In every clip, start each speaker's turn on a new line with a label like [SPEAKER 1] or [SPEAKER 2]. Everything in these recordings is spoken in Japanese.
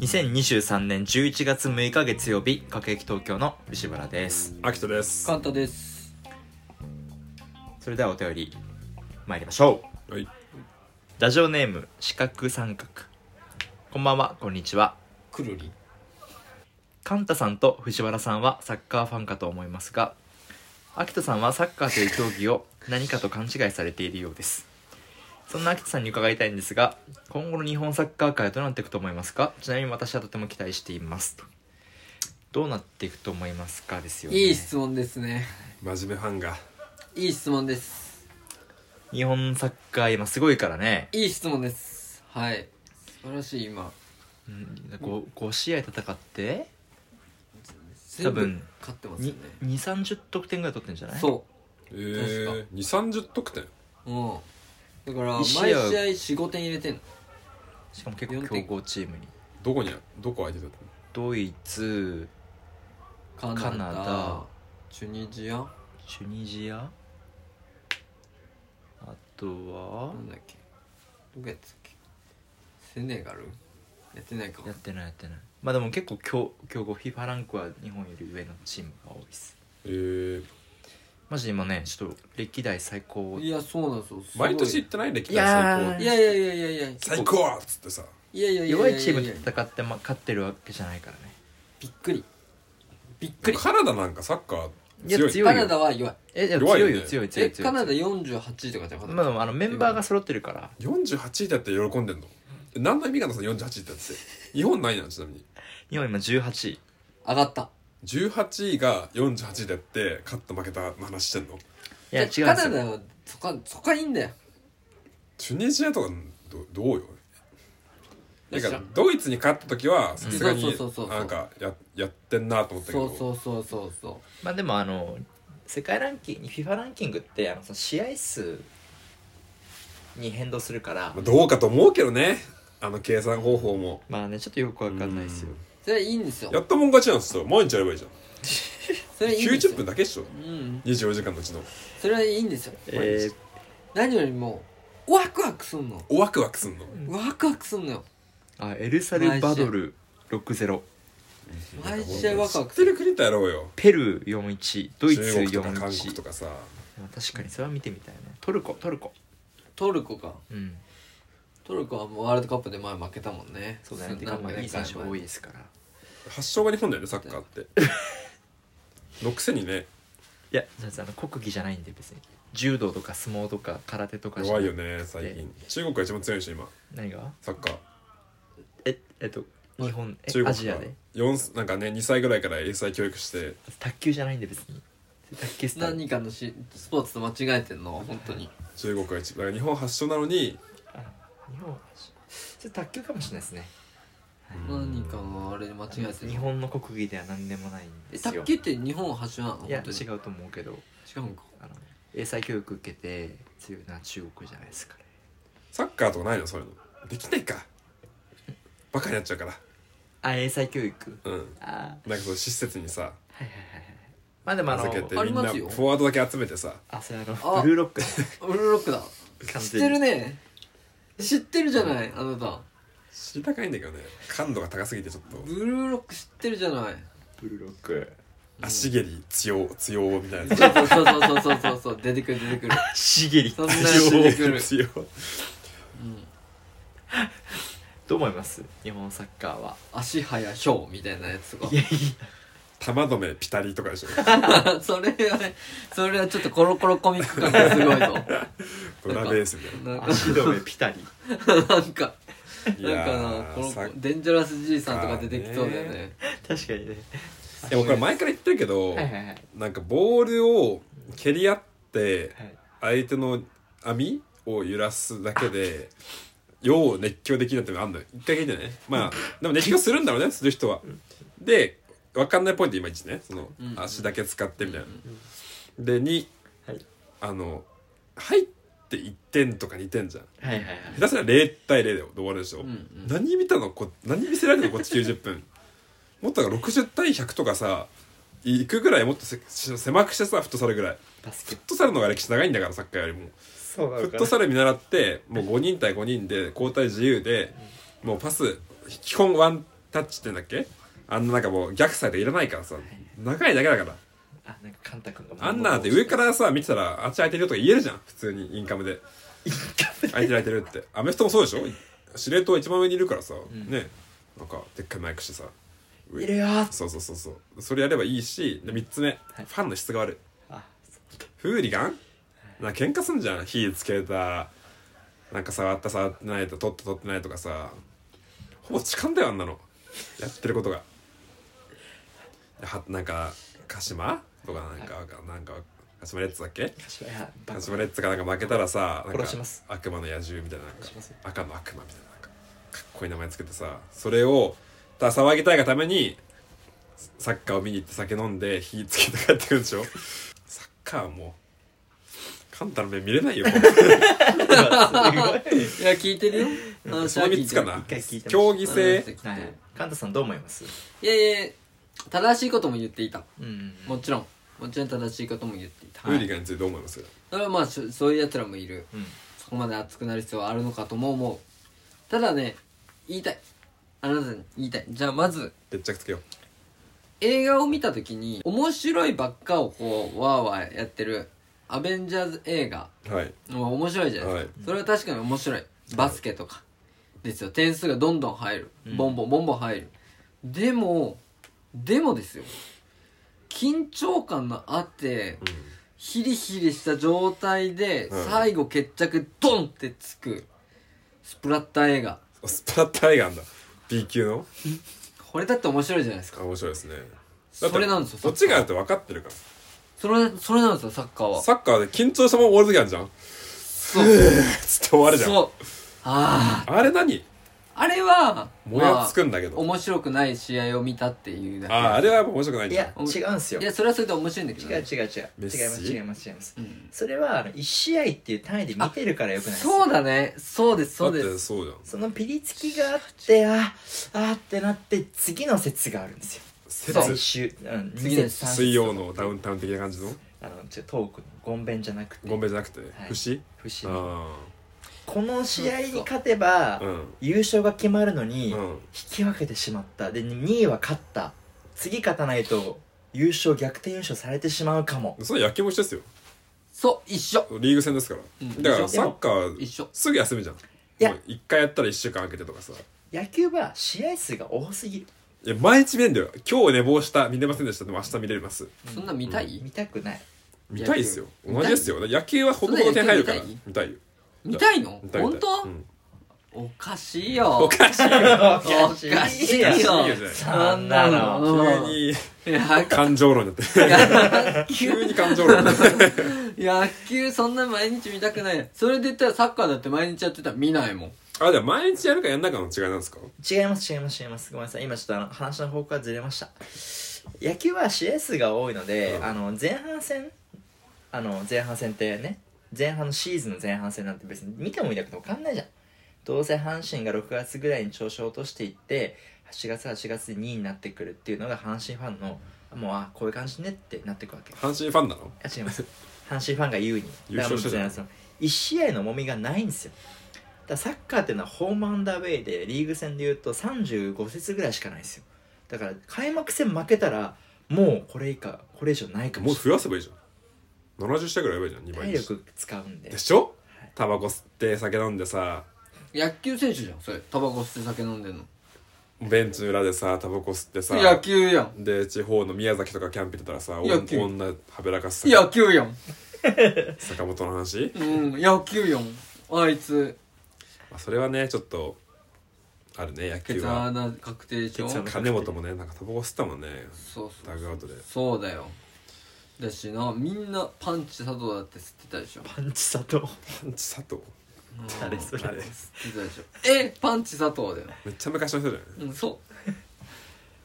[SPEAKER 1] 2023年11月6日月曜日、各駅東京の漆原です。
[SPEAKER 2] 秋人です
[SPEAKER 3] カンタです
[SPEAKER 1] それではお便り、参りましょう。
[SPEAKER 2] はい
[SPEAKER 1] ラジオネーム、四角三角。こんばんは、こんにちは。
[SPEAKER 3] くるり
[SPEAKER 1] カンタさんと藤原さんはサッカーファンかと思いますが秋田さんはサッカーという競技を何かと勘違いされているようですそんな秋田さんに伺いたいんですが今後の日本サッカー界はどうなっていくと思いますかちなみに私はとても期待していますとどうなっていくと思いますかですよね
[SPEAKER 3] いい質問ですね
[SPEAKER 2] 真面目ファンが
[SPEAKER 3] いい質問です
[SPEAKER 1] 日本サッカー今すごいからね
[SPEAKER 3] いい質問ですはい素晴らしい今
[SPEAKER 1] 5, 5試合戦って
[SPEAKER 3] 全
[SPEAKER 1] 多
[SPEAKER 3] 部
[SPEAKER 1] 分
[SPEAKER 3] 勝ってますよ
[SPEAKER 1] 2
[SPEAKER 3] ね
[SPEAKER 1] 3 0得点ぐらい取ってんじゃない
[SPEAKER 3] そ
[SPEAKER 2] えー、2 3 0得点
[SPEAKER 3] ううんだから
[SPEAKER 1] 一
[SPEAKER 3] 毎
[SPEAKER 1] 試
[SPEAKER 3] 試
[SPEAKER 1] 合
[SPEAKER 3] 合45点入れてんの
[SPEAKER 1] しかも結構強豪チームに
[SPEAKER 2] どこにあどこ相手だっ
[SPEAKER 1] ドイツ
[SPEAKER 3] カナダ
[SPEAKER 1] カナダ
[SPEAKER 3] チュニジア
[SPEAKER 1] チュニジアあとは
[SPEAKER 3] なんだっけどこやったっけセネガルやってないか
[SPEAKER 1] やってないやってないまあでも結構強強豪 FIFA ランクは日本より上のチームが多いです
[SPEAKER 2] たのえー、
[SPEAKER 1] マジで今ねちょっと歴代最高
[SPEAKER 3] いやそうなんですよすごい
[SPEAKER 2] 毎年行ってない歴
[SPEAKER 1] いや
[SPEAKER 2] 代
[SPEAKER 1] ー
[SPEAKER 3] いやいやいやいやいやい
[SPEAKER 2] 最高最高っつってさ
[SPEAKER 3] やいやいや
[SPEAKER 1] 弱いチーム
[SPEAKER 3] い
[SPEAKER 1] と
[SPEAKER 3] やいや
[SPEAKER 1] 戦って、ま、勝ってるわけじゃないからね
[SPEAKER 3] びっくりびっくり
[SPEAKER 2] カナダなんかサッカー
[SPEAKER 1] いや
[SPEAKER 2] 強い
[SPEAKER 1] 強い
[SPEAKER 3] カナダは弱い
[SPEAKER 1] えでも
[SPEAKER 2] 弱い
[SPEAKER 1] 強い
[SPEAKER 2] よね
[SPEAKER 1] よ強い強
[SPEAKER 3] え
[SPEAKER 1] い強い
[SPEAKER 3] カナダ48位とかじゃなかった
[SPEAKER 1] まあでもあのメンバーが揃ってるから
[SPEAKER 2] 48位だって喜んでんのえ何の意味があるのその48位だって日本ないやんちなみに
[SPEAKER 1] 日本今18位
[SPEAKER 3] 上がった
[SPEAKER 2] 18位が48位だって勝った負けたの話してんの
[SPEAKER 1] いや違うん
[SPEAKER 3] え
[SPEAKER 1] ですよ
[SPEAKER 3] カナダはそこそこはいいんだよ
[SPEAKER 2] チュニジアとかどどうよなん
[SPEAKER 3] よ
[SPEAKER 2] か
[SPEAKER 3] っし
[SPEAKER 2] ドイツに勝った時はさすが
[SPEAKER 3] そう
[SPEAKER 2] に
[SPEAKER 3] そうそうそう
[SPEAKER 2] なんかややってんなと思っ
[SPEAKER 3] ゃ
[SPEAKER 2] たけど
[SPEAKER 3] そうそうそうそうそ
[SPEAKER 1] まあでもあの世界ランキング FIFA ランキングってあのその試合数に変動するから
[SPEAKER 2] まあどうかと思うけどねあの計算方法も
[SPEAKER 1] まあねちょっとよくわかんないですよ
[SPEAKER 3] うそれいいんですよ
[SPEAKER 2] やったもん勝ちなんですよ毎日やればいいじゃん
[SPEAKER 3] それいいんですよ
[SPEAKER 2] 90分だけっしょ
[SPEAKER 3] うん
[SPEAKER 2] 24時間のうちの
[SPEAKER 3] それはいいんですよ
[SPEAKER 1] えー、
[SPEAKER 3] 何よりもワクワクすんの
[SPEAKER 2] ワクワクすんの
[SPEAKER 3] ワクワクすんのよ
[SPEAKER 1] あエルサルバドル6-0
[SPEAKER 3] 毎試合ワクワク
[SPEAKER 2] 知
[SPEAKER 3] す
[SPEAKER 2] ってる
[SPEAKER 3] る
[SPEAKER 2] 国とやろうよ
[SPEAKER 1] ペルー4-1ドイツ
[SPEAKER 2] 中国とか韓国
[SPEAKER 1] 4-1
[SPEAKER 2] とかさ
[SPEAKER 1] 確かにそれは見てみたいねトルコトルコ
[SPEAKER 3] トルコか
[SPEAKER 1] うん
[SPEAKER 3] トルコはもうワールドカップで前負けたもんね
[SPEAKER 1] そうだねて
[SPEAKER 3] な
[SPEAKER 1] か
[SPEAKER 3] ん
[SPEAKER 1] まあ
[SPEAKER 3] か
[SPEAKER 1] いい選手多い
[SPEAKER 3] い
[SPEAKER 1] ですからい
[SPEAKER 2] 発祥が日本だよねサッカーってのくせにね
[SPEAKER 1] やじゃああの国技じゃないんで別に柔道とか相撲とか空手とかじゃ
[SPEAKER 2] 弱いよね最近中国が一番強いでしょ今
[SPEAKER 1] 何が
[SPEAKER 2] サッカー
[SPEAKER 1] ええっと日本え
[SPEAKER 2] 中
[SPEAKER 1] ア
[SPEAKER 2] 国
[SPEAKER 1] ジア
[SPEAKER 2] が
[SPEAKER 1] で
[SPEAKER 2] 4なんかね2歳ぐらいから英才教育して
[SPEAKER 1] 卓球じゃないんで別に卓球スター
[SPEAKER 3] 何かのしスポーツと間違えてんの本当に
[SPEAKER 2] 中国が一番日本発祥なのに
[SPEAKER 1] あ日本それ卓球かもしれないですね
[SPEAKER 3] 何かのあれで間違えてん
[SPEAKER 1] 日
[SPEAKER 3] の
[SPEAKER 1] 本の国技では何でもないん
[SPEAKER 3] え
[SPEAKER 1] ですよ
[SPEAKER 3] 卓球って日本発祥なの
[SPEAKER 1] いや
[SPEAKER 3] 本当に
[SPEAKER 1] 違うと思うけど
[SPEAKER 3] 違うんか
[SPEAKER 1] あの英才教育受けて強いのは中国じゃないですかね
[SPEAKER 2] サッカーとかないのそういうのできないかバカになっちゃうから
[SPEAKER 1] あ英才教育
[SPEAKER 2] うん
[SPEAKER 1] あー
[SPEAKER 2] なんかそう施設にさ
[SPEAKER 1] まあでもあの
[SPEAKER 2] 預けて
[SPEAKER 3] あ
[SPEAKER 2] み
[SPEAKER 3] り
[SPEAKER 2] んな
[SPEAKER 3] ま
[SPEAKER 2] フ
[SPEAKER 3] すよ
[SPEAKER 2] ォワードだけ集めてさ
[SPEAKER 1] あそれあの
[SPEAKER 3] あ
[SPEAKER 1] ブルーロック
[SPEAKER 3] ブルーロックだ
[SPEAKER 1] 完
[SPEAKER 3] 知って
[SPEAKER 1] 全
[SPEAKER 3] る
[SPEAKER 1] に
[SPEAKER 3] ね知ってるじゃないあなた
[SPEAKER 2] 知りたくないんだけどね感度が高すぎてちょっと
[SPEAKER 3] ブルーロック知ってるじゃない
[SPEAKER 1] ブルーロック
[SPEAKER 2] 足蹴り強強みたい な
[SPEAKER 3] そうそうそうそうそうそう出てくる出てくる
[SPEAKER 1] しげり
[SPEAKER 3] そんな
[SPEAKER 2] 強
[SPEAKER 3] 出てくる
[SPEAKER 2] 強
[SPEAKER 1] どう思います日本サッカーは
[SPEAKER 3] 足早ひょうみたいなやつとか
[SPEAKER 1] や
[SPEAKER 2] 玉止めピタリとかでしょ
[SPEAKER 3] それはねそれはちょっとコロコロコミック感がすごいぞ
[SPEAKER 2] ドラベースみたいな
[SPEAKER 3] なんか
[SPEAKER 1] 足止めピタリ
[SPEAKER 3] なんか なんかなこ
[SPEAKER 2] いやーサ
[SPEAKER 3] の
[SPEAKER 2] ッ
[SPEAKER 3] デンジャラスじいさんとか出てきそうだよね
[SPEAKER 1] 確かにね
[SPEAKER 2] いや僕は前から言ってるけど
[SPEAKER 1] はいはいはい
[SPEAKER 2] なんかボールを蹴り合って
[SPEAKER 1] はい
[SPEAKER 2] 相手の網を揺らすだけでよう熱狂できるってのあんのよ一回聞いてねまあでも熱狂するんだろうねする人はで分かんないポイントいまいちねその
[SPEAKER 3] うん
[SPEAKER 2] 足だけ使ってみたいなで2
[SPEAKER 1] はい
[SPEAKER 2] あの入って1点とか2点じゃん
[SPEAKER 1] はいはいはい
[SPEAKER 2] 下手すら0対0で終わるでしょ、
[SPEAKER 3] うんうん
[SPEAKER 2] 何見たのこ何見せられるのこっち90分 もっとなんか60対100とかさいくぐらいもっとせ狭くしてさフットサルぐらい
[SPEAKER 1] バス
[SPEAKER 2] フ
[SPEAKER 1] ケ
[SPEAKER 2] ットサルの方が歴史長いんだからサッカーよりも
[SPEAKER 1] そう
[SPEAKER 2] フットサル見習ってもう5人対5人で交代自由でもうパス基本ワンタタッチってんだっけあんななんかもう逆サイドいらないからさ長いだけだから
[SPEAKER 1] あなんかカンタ君が
[SPEAKER 2] あんなんて上からさ見てたらあっち空いてるよとか言えるじゃん普通にインカムで空いてる空いてるってアメフトもそうでしょ司令塔一番上にいるからさ、ねなんかでっかいマイクしてさ
[SPEAKER 1] いるよー
[SPEAKER 2] そうそうそうそうそれやればいいしで3つ目、ファンの質が悪い
[SPEAKER 1] あそ
[SPEAKER 2] フーリガンなんか喧嘩すんじゃん火つけたなんか触った触ってないと取った取ってないとかさほぼ痴漢だよあんなのやってることがはなんか鹿島とかなんか、なんか鹿島レッツだっけ
[SPEAKER 1] ういやバ
[SPEAKER 2] 鹿
[SPEAKER 1] カ
[SPEAKER 2] 島レッツがなんか負けたらさなんか
[SPEAKER 1] 殺します
[SPEAKER 2] 悪魔の野獣みたいななんか
[SPEAKER 1] 殺します
[SPEAKER 2] 赤の悪魔みたいななんかかっこいい名前つけてさそれをただ騒ぎたいがためにサッカーを見に行って酒飲んで火つけて帰ってくるでしょサッカーはもうカンタの目見れ ないよ
[SPEAKER 3] いや聞いてるよ話
[SPEAKER 2] その
[SPEAKER 3] は聞
[SPEAKER 2] 3
[SPEAKER 3] い
[SPEAKER 2] つ
[SPEAKER 3] て
[SPEAKER 2] か
[SPEAKER 3] る
[SPEAKER 2] な
[SPEAKER 1] 回聞いてます
[SPEAKER 2] 競技
[SPEAKER 3] 話は聞
[SPEAKER 2] 性
[SPEAKER 3] いて
[SPEAKER 1] は
[SPEAKER 3] る
[SPEAKER 1] いカンタさんどう思います
[SPEAKER 3] いやいや正しいことも言っていた
[SPEAKER 1] うん
[SPEAKER 3] もちろんもちろん正しいことも言っていた
[SPEAKER 2] ウーリガンについてどう思います
[SPEAKER 3] それはまあしょそういうやつらもいる
[SPEAKER 1] うん
[SPEAKER 3] そこまで熱くなる必要はあるのかとも思うただね言いたいあなたに言いたいじゃあまず
[SPEAKER 2] 決着つけよ
[SPEAKER 3] 映画を見た時に面白いばっかをこうわーわーやってるアベンジャーズ映画
[SPEAKER 2] うはい
[SPEAKER 3] まあ面白いじゃないですか、
[SPEAKER 2] は
[SPEAKER 3] それは確かに面白いバスケとかですよ点数がどんどん入る、
[SPEAKER 1] うん
[SPEAKER 3] ボンボンボンボン入るでもでもですよ緊張感のあって、ヒリヒリした状態で
[SPEAKER 2] うん
[SPEAKER 3] 最後決着ドンってつくスプラッター映画
[SPEAKER 2] スプラッター映画なんだ B 級の
[SPEAKER 3] これだって面白いじゃないですか
[SPEAKER 2] あ面白いですね
[SPEAKER 3] それなんですよ
[SPEAKER 2] そっちがやるって分かってるか
[SPEAKER 3] それそれなんですよサッカー
[SPEAKER 2] ら
[SPEAKER 3] は
[SPEAKER 2] サッカーで緊張したまま終わる時あるじゃん
[SPEAKER 3] そう
[SPEAKER 2] つって終わるじゃん
[SPEAKER 3] そうあ
[SPEAKER 2] あれ何
[SPEAKER 3] ああれは
[SPEAKER 2] もやつくんだけ
[SPEAKER 3] まあ
[SPEAKER 2] ど、
[SPEAKER 3] 面白くない試合を見たっていうだけ
[SPEAKER 2] あああれはやっぱ面白くないん
[SPEAKER 1] い
[SPEAKER 2] だ
[SPEAKER 1] や違うんすよ
[SPEAKER 3] いやそれはそれで面白いんだけど
[SPEAKER 1] 違う違
[SPEAKER 3] ね、
[SPEAKER 1] う違う違いま
[SPEAKER 2] メッ
[SPEAKER 1] す
[SPEAKER 2] シ
[SPEAKER 1] 違います違います
[SPEAKER 3] うん
[SPEAKER 1] それはあの1試合っていう単位で見てるからよくないですか
[SPEAKER 3] そうだねそうですそうで
[SPEAKER 2] だって
[SPEAKER 3] す
[SPEAKER 2] そうじゃん
[SPEAKER 1] そのピリつきがあってああーってなって次の説があるんですよ
[SPEAKER 3] そう
[SPEAKER 1] 最
[SPEAKER 2] 節
[SPEAKER 1] 終、うん、
[SPEAKER 3] 次
[SPEAKER 1] 2
[SPEAKER 3] の
[SPEAKER 1] 節
[SPEAKER 3] 説
[SPEAKER 1] 3節
[SPEAKER 2] 水曜のダウンタウン的な感じの
[SPEAKER 1] あのちょトークのゴンベンじゃなくて
[SPEAKER 2] ゴンベじゃなくて、
[SPEAKER 1] い
[SPEAKER 2] 節
[SPEAKER 1] 節
[SPEAKER 2] あ
[SPEAKER 1] この試合に勝てば
[SPEAKER 2] あうん
[SPEAKER 1] 優勝が決まるのに、
[SPEAKER 2] う
[SPEAKER 1] 引
[SPEAKER 2] ん
[SPEAKER 1] き分けてしまったで2位は勝った次勝たないと優勝逆転優勝されてしまうかも
[SPEAKER 2] それ野球も一緒ですよ
[SPEAKER 3] そう一緒
[SPEAKER 2] リーグ戦ですから、
[SPEAKER 3] うん
[SPEAKER 2] だからサッカー
[SPEAKER 3] 一緒
[SPEAKER 2] すぐ休むじゃん
[SPEAKER 1] や
[SPEAKER 2] もう一回やったら一週間空けてとかさ
[SPEAKER 1] 野球は試合数が多すぎる
[SPEAKER 2] いや毎日見れんだよ今日寝坊した見れませんでしたでも明日見れます
[SPEAKER 3] そんな見たい、
[SPEAKER 1] 見たくない
[SPEAKER 2] 見たいですよ
[SPEAKER 3] 野球
[SPEAKER 2] 同じですよ野球はほとほど点入るから
[SPEAKER 3] そんな野球
[SPEAKER 2] 見たいよ
[SPEAKER 3] 見たいの
[SPEAKER 2] 見たい見た
[SPEAKER 3] 本
[SPEAKER 2] い
[SPEAKER 3] 当、
[SPEAKER 2] うん
[SPEAKER 3] おかしいよ
[SPEAKER 2] おかしいよ
[SPEAKER 1] お
[SPEAKER 3] かしいよ
[SPEAKER 2] おかしいよ
[SPEAKER 1] そんなの
[SPEAKER 3] うん
[SPEAKER 2] 急に
[SPEAKER 3] いや
[SPEAKER 2] 感情論になってる急に感情論になってる
[SPEAKER 3] 野球そんな毎日見たくないそれで言ったらサッカーだって毎日やってたら見ないもん
[SPEAKER 2] あ、じゃあ毎日やるかやんないかの違いなんですか
[SPEAKER 1] 違います違います違いますごめんなさい今ちょっとあの話の方向がずれました野球は試合数が多いので、
[SPEAKER 2] うん
[SPEAKER 1] あの前半戦あの前半戦ってね前半のシーズンの前半戦なんて別に見ても見なくても変わんないじゃんどうせ阪神が6月ぐらいに調子を落としていって8月8月で2位になってくるっていうのが阪神ファンのもうあこういう感じねってなってくわけ
[SPEAKER 2] 阪神ファンなの
[SPEAKER 1] あ違います阪神ファンが言うに
[SPEAKER 2] 優勝したじゃん
[SPEAKER 1] だからもう1試合の重みがないんですよだからサッカーっていうのはホームアンダーウェイでリーグ戦でいうと35節ぐらいしかないんですよだから開幕戦負けたらもうこれ以下これ以上ないか
[SPEAKER 2] も
[SPEAKER 1] も
[SPEAKER 2] う
[SPEAKER 1] し
[SPEAKER 2] 増やせばいいじゃん。70社ぐらいやればいいじゃん、
[SPEAKER 1] れ
[SPEAKER 2] 2倍
[SPEAKER 1] ない体
[SPEAKER 2] にして。
[SPEAKER 1] 力使うんで
[SPEAKER 2] でしょタバコ吸って酒飲んでさ、
[SPEAKER 3] 野球選手じゃんそれタバコ吸って酒飲んでんの
[SPEAKER 2] ベンチの裏でさ、タバコ吸ってさ、
[SPEAKER 3] 野球やん
[SPEAKER 2] で、地方の宮崎とかキャンプ行ってたらさ、お
[SPEAKER 3] 野球
[SPEAKER 2] 女はべらかす
[SPEAKER 3] 野球やん
[SPEAKER 2] 坂本の話、
[SPEAKER 3] うん野球やんあいつ
[SPEAKER 2] まあ、それはね、ちょっと、あるね、野
[SPEAKER 3] ケ
[SPEAKER 2] 球
[SPEAKER 3] ツ
[SPEAKER 2] は。
[SPEAKER 3] 穴確定でしょ
[SPEAKER 1] ケツ穴
[SPEAKER 2] 金本もね、なんかタバコ吸ったもんね、
[SPEAKER 3] そうそ
[SPEAKER 2] ダ
[SPEAKER 3] う
[SPEAKER 2] グア ウトで。
[SPEAKER 3] そうだよだしなみんなパンチ佐藤だって吸ってたでしょ
[SPEAKER 1] パンチ佐藤
[SPEAKER 2] パンチ佐藤。
[SPEAKER 1] 誰それ
[SPEAKER 2] あれ
[SPEAKER 3] 吸ってたでしょえパンチ佐藤だよ
[SPEAKER 2] めっちゃ昔の人じゃない
[SPEAKER 3] うんそう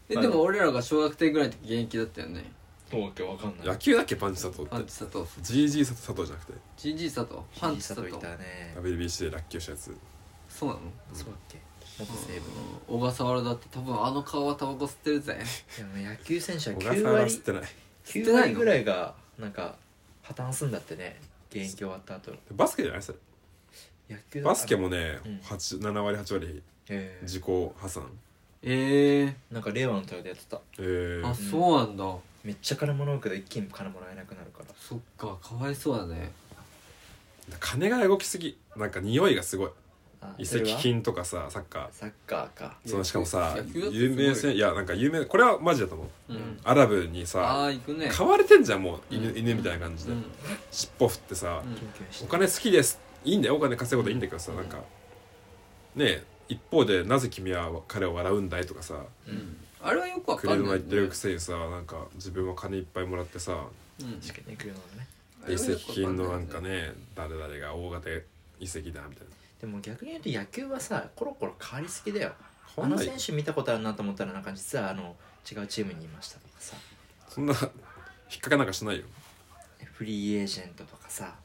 [SPEAKER 3] え
[SPEAKER 1] まあ
[SPEAKER 3] でも俺らが小学生ぐらいの時現役だったよね
[SPEAKER 1] どうかわかん
[SPEAKER 2] 野球だっけ、パンチ佐藤
[SPEAKER 3] パン
[SPEAKER 2] っ
[SPEAKER 3] チ
[SPEAKER 2] て。
[SPEAKER 3] 佐藤
[SPEAKER 2] GG 佐藤じゃなくて、
[SPEAKER 3] GG 佐藤パンチ佐藤
[SPEAKER 1] いたね
[SPEAKER 2] WBC で落球したやつ。
[SPEAKER 3] そうなの
[SPEAKER 1] そうだっけ元西武の
[SPEAKER 3] 小笠原だって多分あの顔はタバコ吸ってるぜ
[SPEAKER 1] でも野球選手は
[SPEAKER 2] 小
[SPEAKER 1] 9
[SPEAKER 2] 笠原吸っ
[SPEAKER 1] 割
[SPEAKER 2] てない。
[SPEAKER 1] 9割ぐらいがなんか破綻すんだってね現役終わった後
[SPEAKER 2] バスケじゃないそれ
[SPEAKER 1] 野球だ
[SPEAKER 2] バスケもね、
[SPEAKER 1] うん
[SPEAKER 2] 八7割8割
[SPEAKER 1] えー
[SPEAKER 2] 自己破産
[SPEAKER 3] え
[SPEAKER 1] なんか令和の歌でやってた
[SPEAKER 2] え
[SPEAKER 3] え
[SPEAKER 2] ー
[SPEAKER 3] あそうなんだ
[SPEAKER 1] めっちゃ金もらうけど一気に金もらえなくなるから
[SPEAKER 3] そっかかわいそうだね
[SPEAKER 2] 金が動きすぎなんか匂いがすごい
[SPEAKER 1] あ
[SPEAKER 2] 移
[SPEAKER 1] それは
[SPEAKER 2] 籍金とかさサッカ
[SPEAKER 1] サッカーか
[SPEAKER 2] ーそのしかもさ
[SPEAKER 3] 野球だってす
[SPEAKER 2] 有
[SPEAKER 3] ごい
[SPEAKER 2] 名選いやなんか有名これはマジだと思う
[SPEAKER 3] うん
[SPEAKER 2] アラブに
[SPEAKER 3] あ
[SPEAKER 2] さ
[SPEAKER 3] あ行くね
[SPEAKER 2] 買われてんじゃんもう犬,、
[SPEAKER 3] うん
[SPEAKER 2] 犬みたいな感じで、
[SPEAKER 3] うん
[SPEAKER 2] 尻尾振ってさ、
[SPEAKER 3] うん
[SPEAKER 1] キュンキュンし
[SPEAKER 2] お
[SPEAKER 1] て
[SPEAKER 2] 金好きですいいんだよお金稼ぐこといいんだけどさ、
[SPEAKER 3] うん
[SPEAKER 2] なんかねえ一方で「なぜ君は彼を笑うんだい?」とかさ
[SPEAKER 3] うんあれはよくわ
[SPEAKER 2] ク
[SPEAKER 3] かんな
[SPEAKER 2] レームが
[SPEAKER 3] いね
[SPEAKER 2] 言ってるくせにさなんか自分は金いっぱいもらってさ
[SPEAKER 3] うん
[SPEAKER 1] 確かに行くようなね
[SPEAKER 3] あれ
[SPEAKER 2] 移
[SPEAKER 3] はよ
[SPEAKER 2] 籍
[SPEAKER 3] くわか
[SPEAKER 2] 金
[SPEAKER 3] い
[SPEAKER 2] のなんかね誰々が大型移籍だみたいな
[SPEAKER 1] でも逆に言うと野球はさコロコロ変わりすぎだよあ
[SPEAKER 2] 変わ
[SPEAKER 1] の
[SPEAKER 2] んない
[SPEAKER 1] 選手見たことあるなと思ったらなんか実はあの違うチームにいましたとかさ
[SPEAKER 2] そんな引っ掛けなんかしないよ
[SPEAKER 1] フリーエージェントとかさ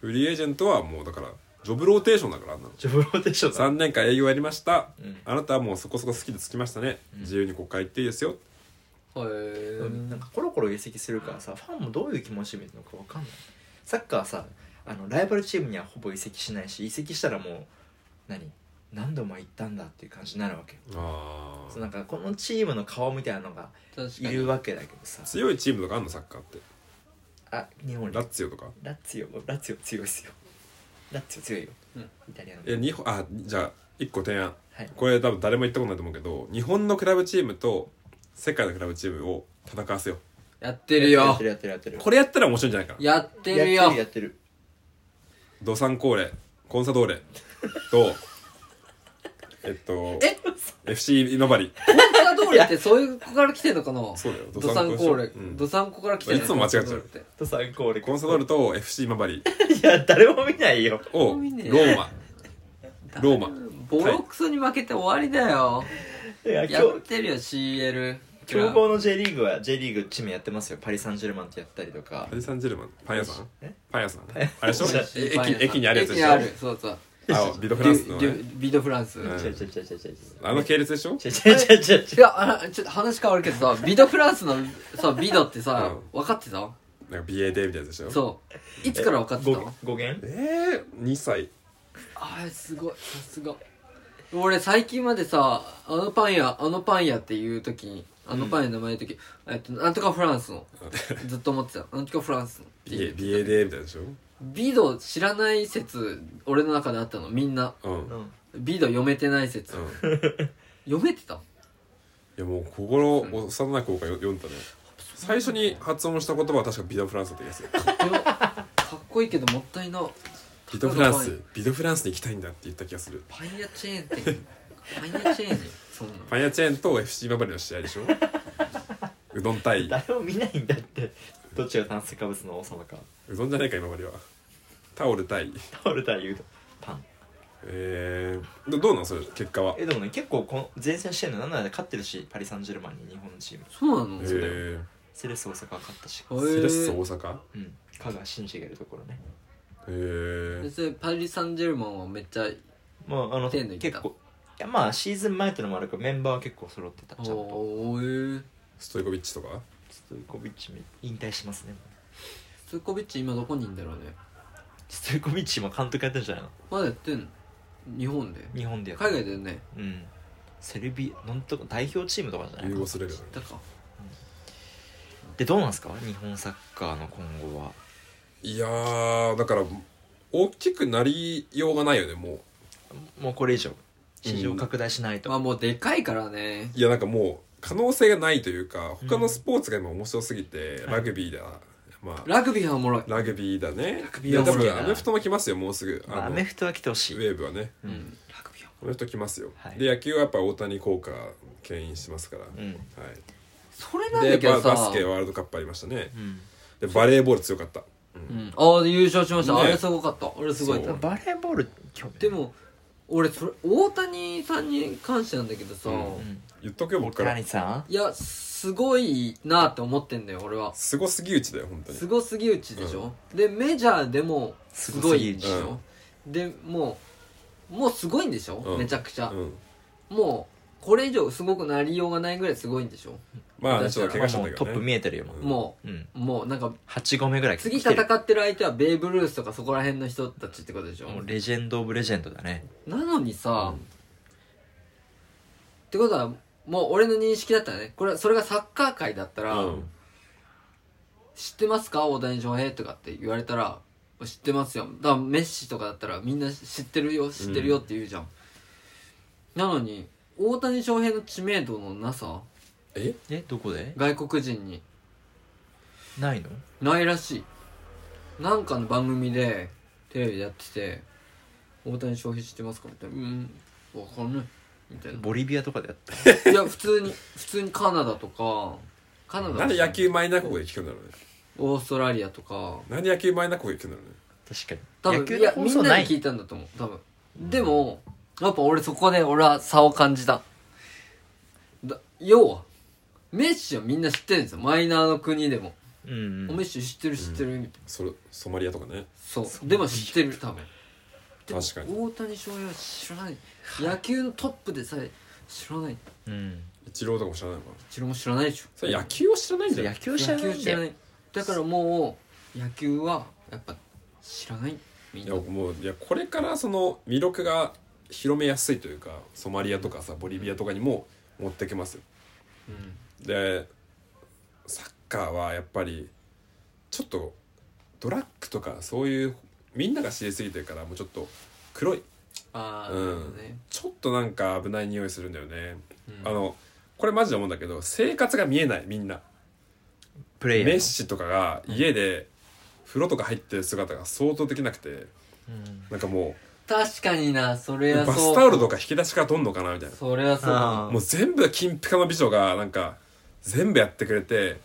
[SPEAKER 2] フリーエージェントはもうだからジョブローテーションだからあんなの
[SPEAKER 1] ジョブローテーションだ
[SPEAKER 2] 3年間営業やりました
[SPEAKER 1] うん
[SPEAKER 2] あなたはもうそこそこ好きでつきましたね
[SPEAKER 1] うん
[SPEAKER 2] 自由に国会行っていいですよ
[SPEAKER 3] へえ
[SPEAKER 1] なんかコロコロ移籍するからさファンもどういう気持ちで見るのかわかんないサッカーはさあのライバルチームにはほぼ移籍しないし移籍したらもう何何度も行ったんだっていう感じになるわけよ
[SPEAKER 2] あ
[SPEAKER 1] そう
[SPEAKER 2] ー
[SPEAKER 1] なんかこのチームの顔みたいなのが
[SPEAKER 3] 確
[SPEAKER 1] い
[SPEAKER 3] か
[SPEAKER 1] る
[SPEAKER 3] に
[SPEAKER 1] わけだけどさ
[SPEAKER 2] 強いチームとかあんのサッカーって
[SPEAKER 1] あ日本
[SPEAKER 2] ラ
[SPEAKER 1] ラ
[SPEAKER 2] ッツィオとか
[SPEAKER 1] ラッツィオラッツィオ強いですよラッツィオ強いよ、
[SPEAKER 3] うん
[SPEAKER 1] イタリアの
[SPEAKER 2] え日本あじゃあ1個提案
[SPEAKER 1] はい
[SPEAKER 2] これ多分誰も言ったことないと思うけど日本のクラブチームと世界のクラブチームを戦わせよう
[SPEAKER 3] やってるよ
[SPEAKER 1] やってるやってるやってる
[SPEAKER 2] これやったら面白いんじゃないかな
[SPEAKER 3] やってるよ
[SPEAKER 1] やってる
[SPEAKER 2] ドサンコーレコンサドーレとえっと
[SPEAKER 3] え
[SPEAKER 2] FC イノバリ
[SPEAKER 3] コンサドーレってそういう子から来てんのかな
[SPEAKER 2] そうだよ
[SPEAKER 3] ドサンコーレ
[SPEAKER 2] うん
[SPEAKER 3] ドサンコから来てんの
[SPEAKER 2] いつも間違っちゃう
[SPEAKER 3] コンサドーレて
[SPEAKER 1] と参考で
[SPEAKER 2] コンサドーレと FC イノバリ
[SPEAKER 1] いや誰も見ないよ
[SPEAKER 2] をロ
[SPEAKER 3] 興味ねえ
[SPEAKER 2] ーマローマ
[SPEAKER 3] ボロクソに負けて終わりだよ
[SPEAKER 1] いや
[SPEAKER 3] や
[SPEAKER 1] 今日
[SPEAKER 3] ってるよ CL
[SPEAKER 1] 強豪の J リーグは J リーグチームやってますよパリ・サンジェルマンってやったりとか
[SPEAKER 2] パリ・サンジェルマンパン屋さん
[SPEAKER 1] え
[SPEAKER 2] パン屋さんあれでしょ
[SPEAKER 1] パン屋
[SPEAKER 3] 心配な
[SPEAKER 2] 駅駅にあるやつで
[SPEAKER 3] 駅
[SPEAKER 2] し
[SPEAKER 3] に
[SPEAKER 2] ょ
[SPEAKER 3] あるそうそう
[SPEAKER 2] あビドフランスの
[SPEAKER 3] デ
[SPEAKER 2] ね
[SPEAKER 3] ュデュビドフランス、
[SPEAKER 2] ん
[SPEAKER 1] ちょいちょいちょいちょいちょいちょい
[SPEAKER 2] あの系列でしょ
[SPEAKER 1] ちょいちょいちょいちょい
[SPEAKER 3] いやあちょっと話変わるけどさビドフランスのさビドってさ、分かってた
[SPEAKER 2] なんか BA でみたいなやつでしょ
[SPEAKER 3] そういつから分かってた
[SPEAKER 1] 語
[SPEAKER 3] の
[SPEAKER 1] 語源
[SPEAKER 2] ええ2歳
[SPEAKER 3] あーすごいさすが俺最近までさあのパン屋あのパン屋っていう時にあのパン屋の名前の時、えっとなんとかフランスのずっと思ってたなんとかフランスのっていう
[SPEAKER 2] BA, BA でみたいなでしょ
[SPEAKER 3] ビド知らない説俺の中であったのみんな
[SPEAKER 2] うん、うん
[SPEAKER 1] う
[SPEAKER 2] い
[SPEAKER 1] ん
[SPEAKER 3] ビド読めてない説、読めてた
[SPEAKER 2] やもう心幼い子から読んだね最初に発音した言葉は確かビドフランスだった気がする
[SPEAKER 3] でもかっこいいけどもったいな
[SPEAKER 2] ビドフランスビドフランスに行きたいんだって言った気がする
[SPEAKER 3] パン屋チェーンってパン屋チェーンにそんな
[SPEAKER 2] パン屋チェーンと FC ババリの試合でしょうどん対
[SPEAKER 1] 誰も見ないんだってどっちが炭水化物の王様か
[SPEAKER 2] うどんじゃないか今まではタオル対
[SPEAKER 1] 倒れたら言うとパン
[SPEAKER 2] えー、どどうなんそれ結果は
[SPEAKER 1] えでもね結構この前線してるのなんなら勝ってるしパリ・サンジェルマンに日本のチーム
[SPEAKER 3] そうなの
[SPEAKER 2] え
[SPEAKER 3] へ
[SPEAKER 2] ー、
[SPEAKER 1] セレッソ大阪は勝ったし
[SPEAKER 3] え
[SPEAKER 2] セレッソ大阪
[SPEAKER 1] うん香川真司がいるところね
[SPEAKER 2] え
[SPEAKER 3] で
[SPEAKER 2] ー、
[SPEAKER 3] それパリ・サンジェルマンはめっちゃ
[SPEAKER 1] まああの
[SPEAKER 3] 天の行った
[SPEAKER 1] 結構いやまあシーズン前ってのもあるけどメンバーは結構揃ってたちゃんと
[SPEAKER 3] おーえー
[SPEAKER 2] ストイコビッチとか
[SPEAKER 1] ストイコビッチも引退しますねもう
[SPEAKER 3] ストイコビッチ今どこにいんだろうね
[SPEAKER 1] ストイコビッチも監督やってるじゃないの
[SPEAKER 3] まだやってんの日本で
[SPEAKER 1] 日本でやって
[SPEAKER 3] 海外だよね
[SPEAKER 1] うんセルビアなんとか代表チームとかじゃない
[SPEAKER 2] 融
[SPEAKER 1] の
[SPEAKER 2] 合するけどね
[SPEAKER 3] だか
[SPEAKER 1] でどうなんですか日本サッカーの今後はい
[SPEAKER 2] やーだから大きくなりようがないよねもう
[SPEAKER 1] もうこれ以上市場拡大しないと、
[SPEAKER 3] まあもうでかいからね
[SPEAKER 2] いやなんかもう可能性がないというか他のスポーツが今面白すぎて、
[SPEAKER 1] ん
[SPEAKER 2] ラグビーだ、まあ
[SPEAKER 3] ラグビーはおもろい
[SPEAKER 2] ラグビーだねラ
[SPEAKER 1] グビーは面
[SPEAKER 2] 多
[SPEAKER 1] 白いな
[SPEAKER 2] 分アメフトも来ますよもうすぐ
[SPEAKER 1] まあ
[SPEAKER 2] あ
[SPEAKER 1] ア
[SPEAKER 2] のウ
[SPEAKER 1] メ
[SPEAKER 2] ェ
[SPEAKER 1] フトは来てほしい
[SPEAKER 2] ーブはね
[SPEAKER 1] う
[SPEAKER 3] うんんラグビーは
[SPEAKER 2] アメフト来ますよ、
[SPEAKER 1] はい
[SPEAKER 2] で野球はやっぱ大谷効果牽引してますから、
[SPEAKER 1] うん
[SPEAKER 3] それなん
[SPEAKER 2] はい、
[SPEAKER 3] だ
[SPEAKER 2] で
[SPEAKER 3] けど
[SPEAKER 2] バ
[SPEAKER 3] さ
[SPEAKER 2] バスケワールドカップありましたね
[SPEAKER 1] うん
[SPEAKER 2] でバレーボール強かった、うん
[SPEAKER 3] うんああ優勝しました、
[SPEAKER 2] ね
[SPEAKER 3] あれすごかったあれすごい
[SPEAKER 2] そう
[SPEAKER 1] バレーボール興味
[SPEAKER 3] でも俺それ大谷さんに関してなんだけどさ、
[SPEAKER 2] うん
[SPEAKER 1] うん
[SPEAKER 2] 言っとくよ僕から
[SPEAKER 1] 谷さん
[SPEAKER 3] いやすごいなって思ってんだよ俺は
[SPEAKER 2] すごすぎ打ちだよ本当に
[SPEAKER 3] すごすぎ打ちでしょ、でメジャーでもすごいでし
[SPEAKER 2] すごすぎ打
[SPEAKER 3] ょ、でもうもうすごいんでしょ、
[SPEAKER 2] うん
[SPEAKER 3] めちゃくちゃ、
[SPEAKER 2] うん
[SPEAKER 3] もうこれ以上すごくなりようがないぐらいすごいんでしょ、
[SPEAKER 2] まあねちょっと怪我しちゃっ
[SPEAKER 1] も
[SPEAKER 2] た
[SPEAKER 1] う
[SPEAKER 2] け
[SPEAKER 1] ト
[SPEAKER 2] ど
[SPEAKER 1] ップ
[SPEAKER 2] ね
[SPEAKER 1] 見えてるよもう、
[SPEAKER 3] も
[SPEAKER 1] うん、
[SPEAKER 3] うもうなんか
[SPEAKER 1] 8合目ぐらい
[SPEAKER 3] 次
[SPEAKER 1] 来
[SPEAKER 3] 戦
[SPEAKER 1] てる
[SPEAKER 3] ってる相手はベーブ・ルースとかそこら辺の人たちってことでしょ、
[SPEAKER 1] もうレジェンド・オブ・レジェンドだね
[SPEAKER 3] なのにさ、
[SPEAKER 2] うん
[SPEAKER 3] ってことはもう俺の認識だったらねこれそれがサッカー界だったら、
[SPEAKER 2] うん
[SPEAKER 3] 知ってますか大谷翔平とかって言われたら知ってますよだからメッシとかだったらみんな知ってるよ知ってるよって言うじゃん、なのに大谷翔平の知名度のなさ
[SPEAKER 2] え
[SPEAKER 1] えどこで
[SPEAKER 3] 外国人に
[SPEAKER 1] ないの
[SPEAKER 3] ないらしいなんかの番組でテレビでやってて「大谷翔平知ってますか?」みたいな「うんわかんない」みたいな
[SPEAKER 1] ボリビアとかでやった
[SPEAKER 3] いや普通に普通にカナダとかカナダ
[SPEAKER 2] なんで野球マイナー国で聞くんだろうね
[SPEAKER 3] オーストラリアとか
[SPEAKER 2] なんで野球マイナー国で聞くんだろうね
[SPEAKER 1] 確
[SPEAKER 3] 多
[SPEAKER 1] かに
[SPEAKER 3] 分
[SPEAKER 1] 野球
[SPEAKER 3] い
[SPEAKER 1] の
[SPEAKER 3] や
[SPEAKER 1] 放
[SPEAKER 3] み
[SPEAKER 1] 送
[SPEAKER 3] んな
[SPEAKER 1] ない
[SPEAKER 3] に聞いたんだと思う多分でもやっぱ俺そこで俺は差を感じただ要はメッシはみんな知ってるんですよマイナーの国でも、
[SPEAKER 1] うんうん
[SPEAKER 3] メッシ知ってる知ってる、みたいな
[SPEAKER 2] それソマリアとかね
[SPEAKER 3] そうでも知ってる多分でも
[SPEAKER 2] 確かに
[SPEAKER 3] 大谷翔平は知らない野球のトップでさえ知らない
[SPEAKER 1] うん
[SPEAKER 2] イチローとかも知らないのかな
[SPEAKER 3] 一郎も知らないでしょ
[SPEAKER 2] それ野球を知らないんじゃな
[SPEAKER 1] 野
[SPEAKER 2] い
[SPEAKER 1] 球知らないんだよ
[SPEAKER 3] いだからもう野球はやっぱ知らないみん
[SPEAKER 2] い
[SPEAKER 3] な
[SPEAKER 2] やもういやこれからその魅力が広めやすいというかソマリアとかさボリビアとかにも持ってきますよ
[SPEAKER 3] うん
[SPEAKER 2] でサッカーはやっぱりちょっとドラッグとかそういうみんなが知りすぎてるからもうちょっと黒い
[SPEAKER 3] ああ、
[SPEAKER 2] うん
[SPEAKER 3] なるほどね
[SPEAKER 2] ちょっとなんか危ない匂いするんだよね、
[SPEAKER 3] うん
[SPEAKER 2] あのこれマジで思うんだけど生活が見えないみんな
[SPEAKER 1] プレイヤーの
[SPEAKER 2] メッシとかが家で風呂とか入ってる姿が相当できなくて
[SPEAKER 1] うん
[SPEAKER 2] なんかも
[SPEAKER 3] 確かになそれ
[SPEAKER 2] う
[SPEAKER 3] はそう
[SPEAKER 2] バスタオルとか引き出しから取んのかなみたいな
[SPEAKER 3] それはそうだ
[SPEAKER 1] あ
[SPEAKER 2] もう全部金ピカの美女がなんか全部やってくれて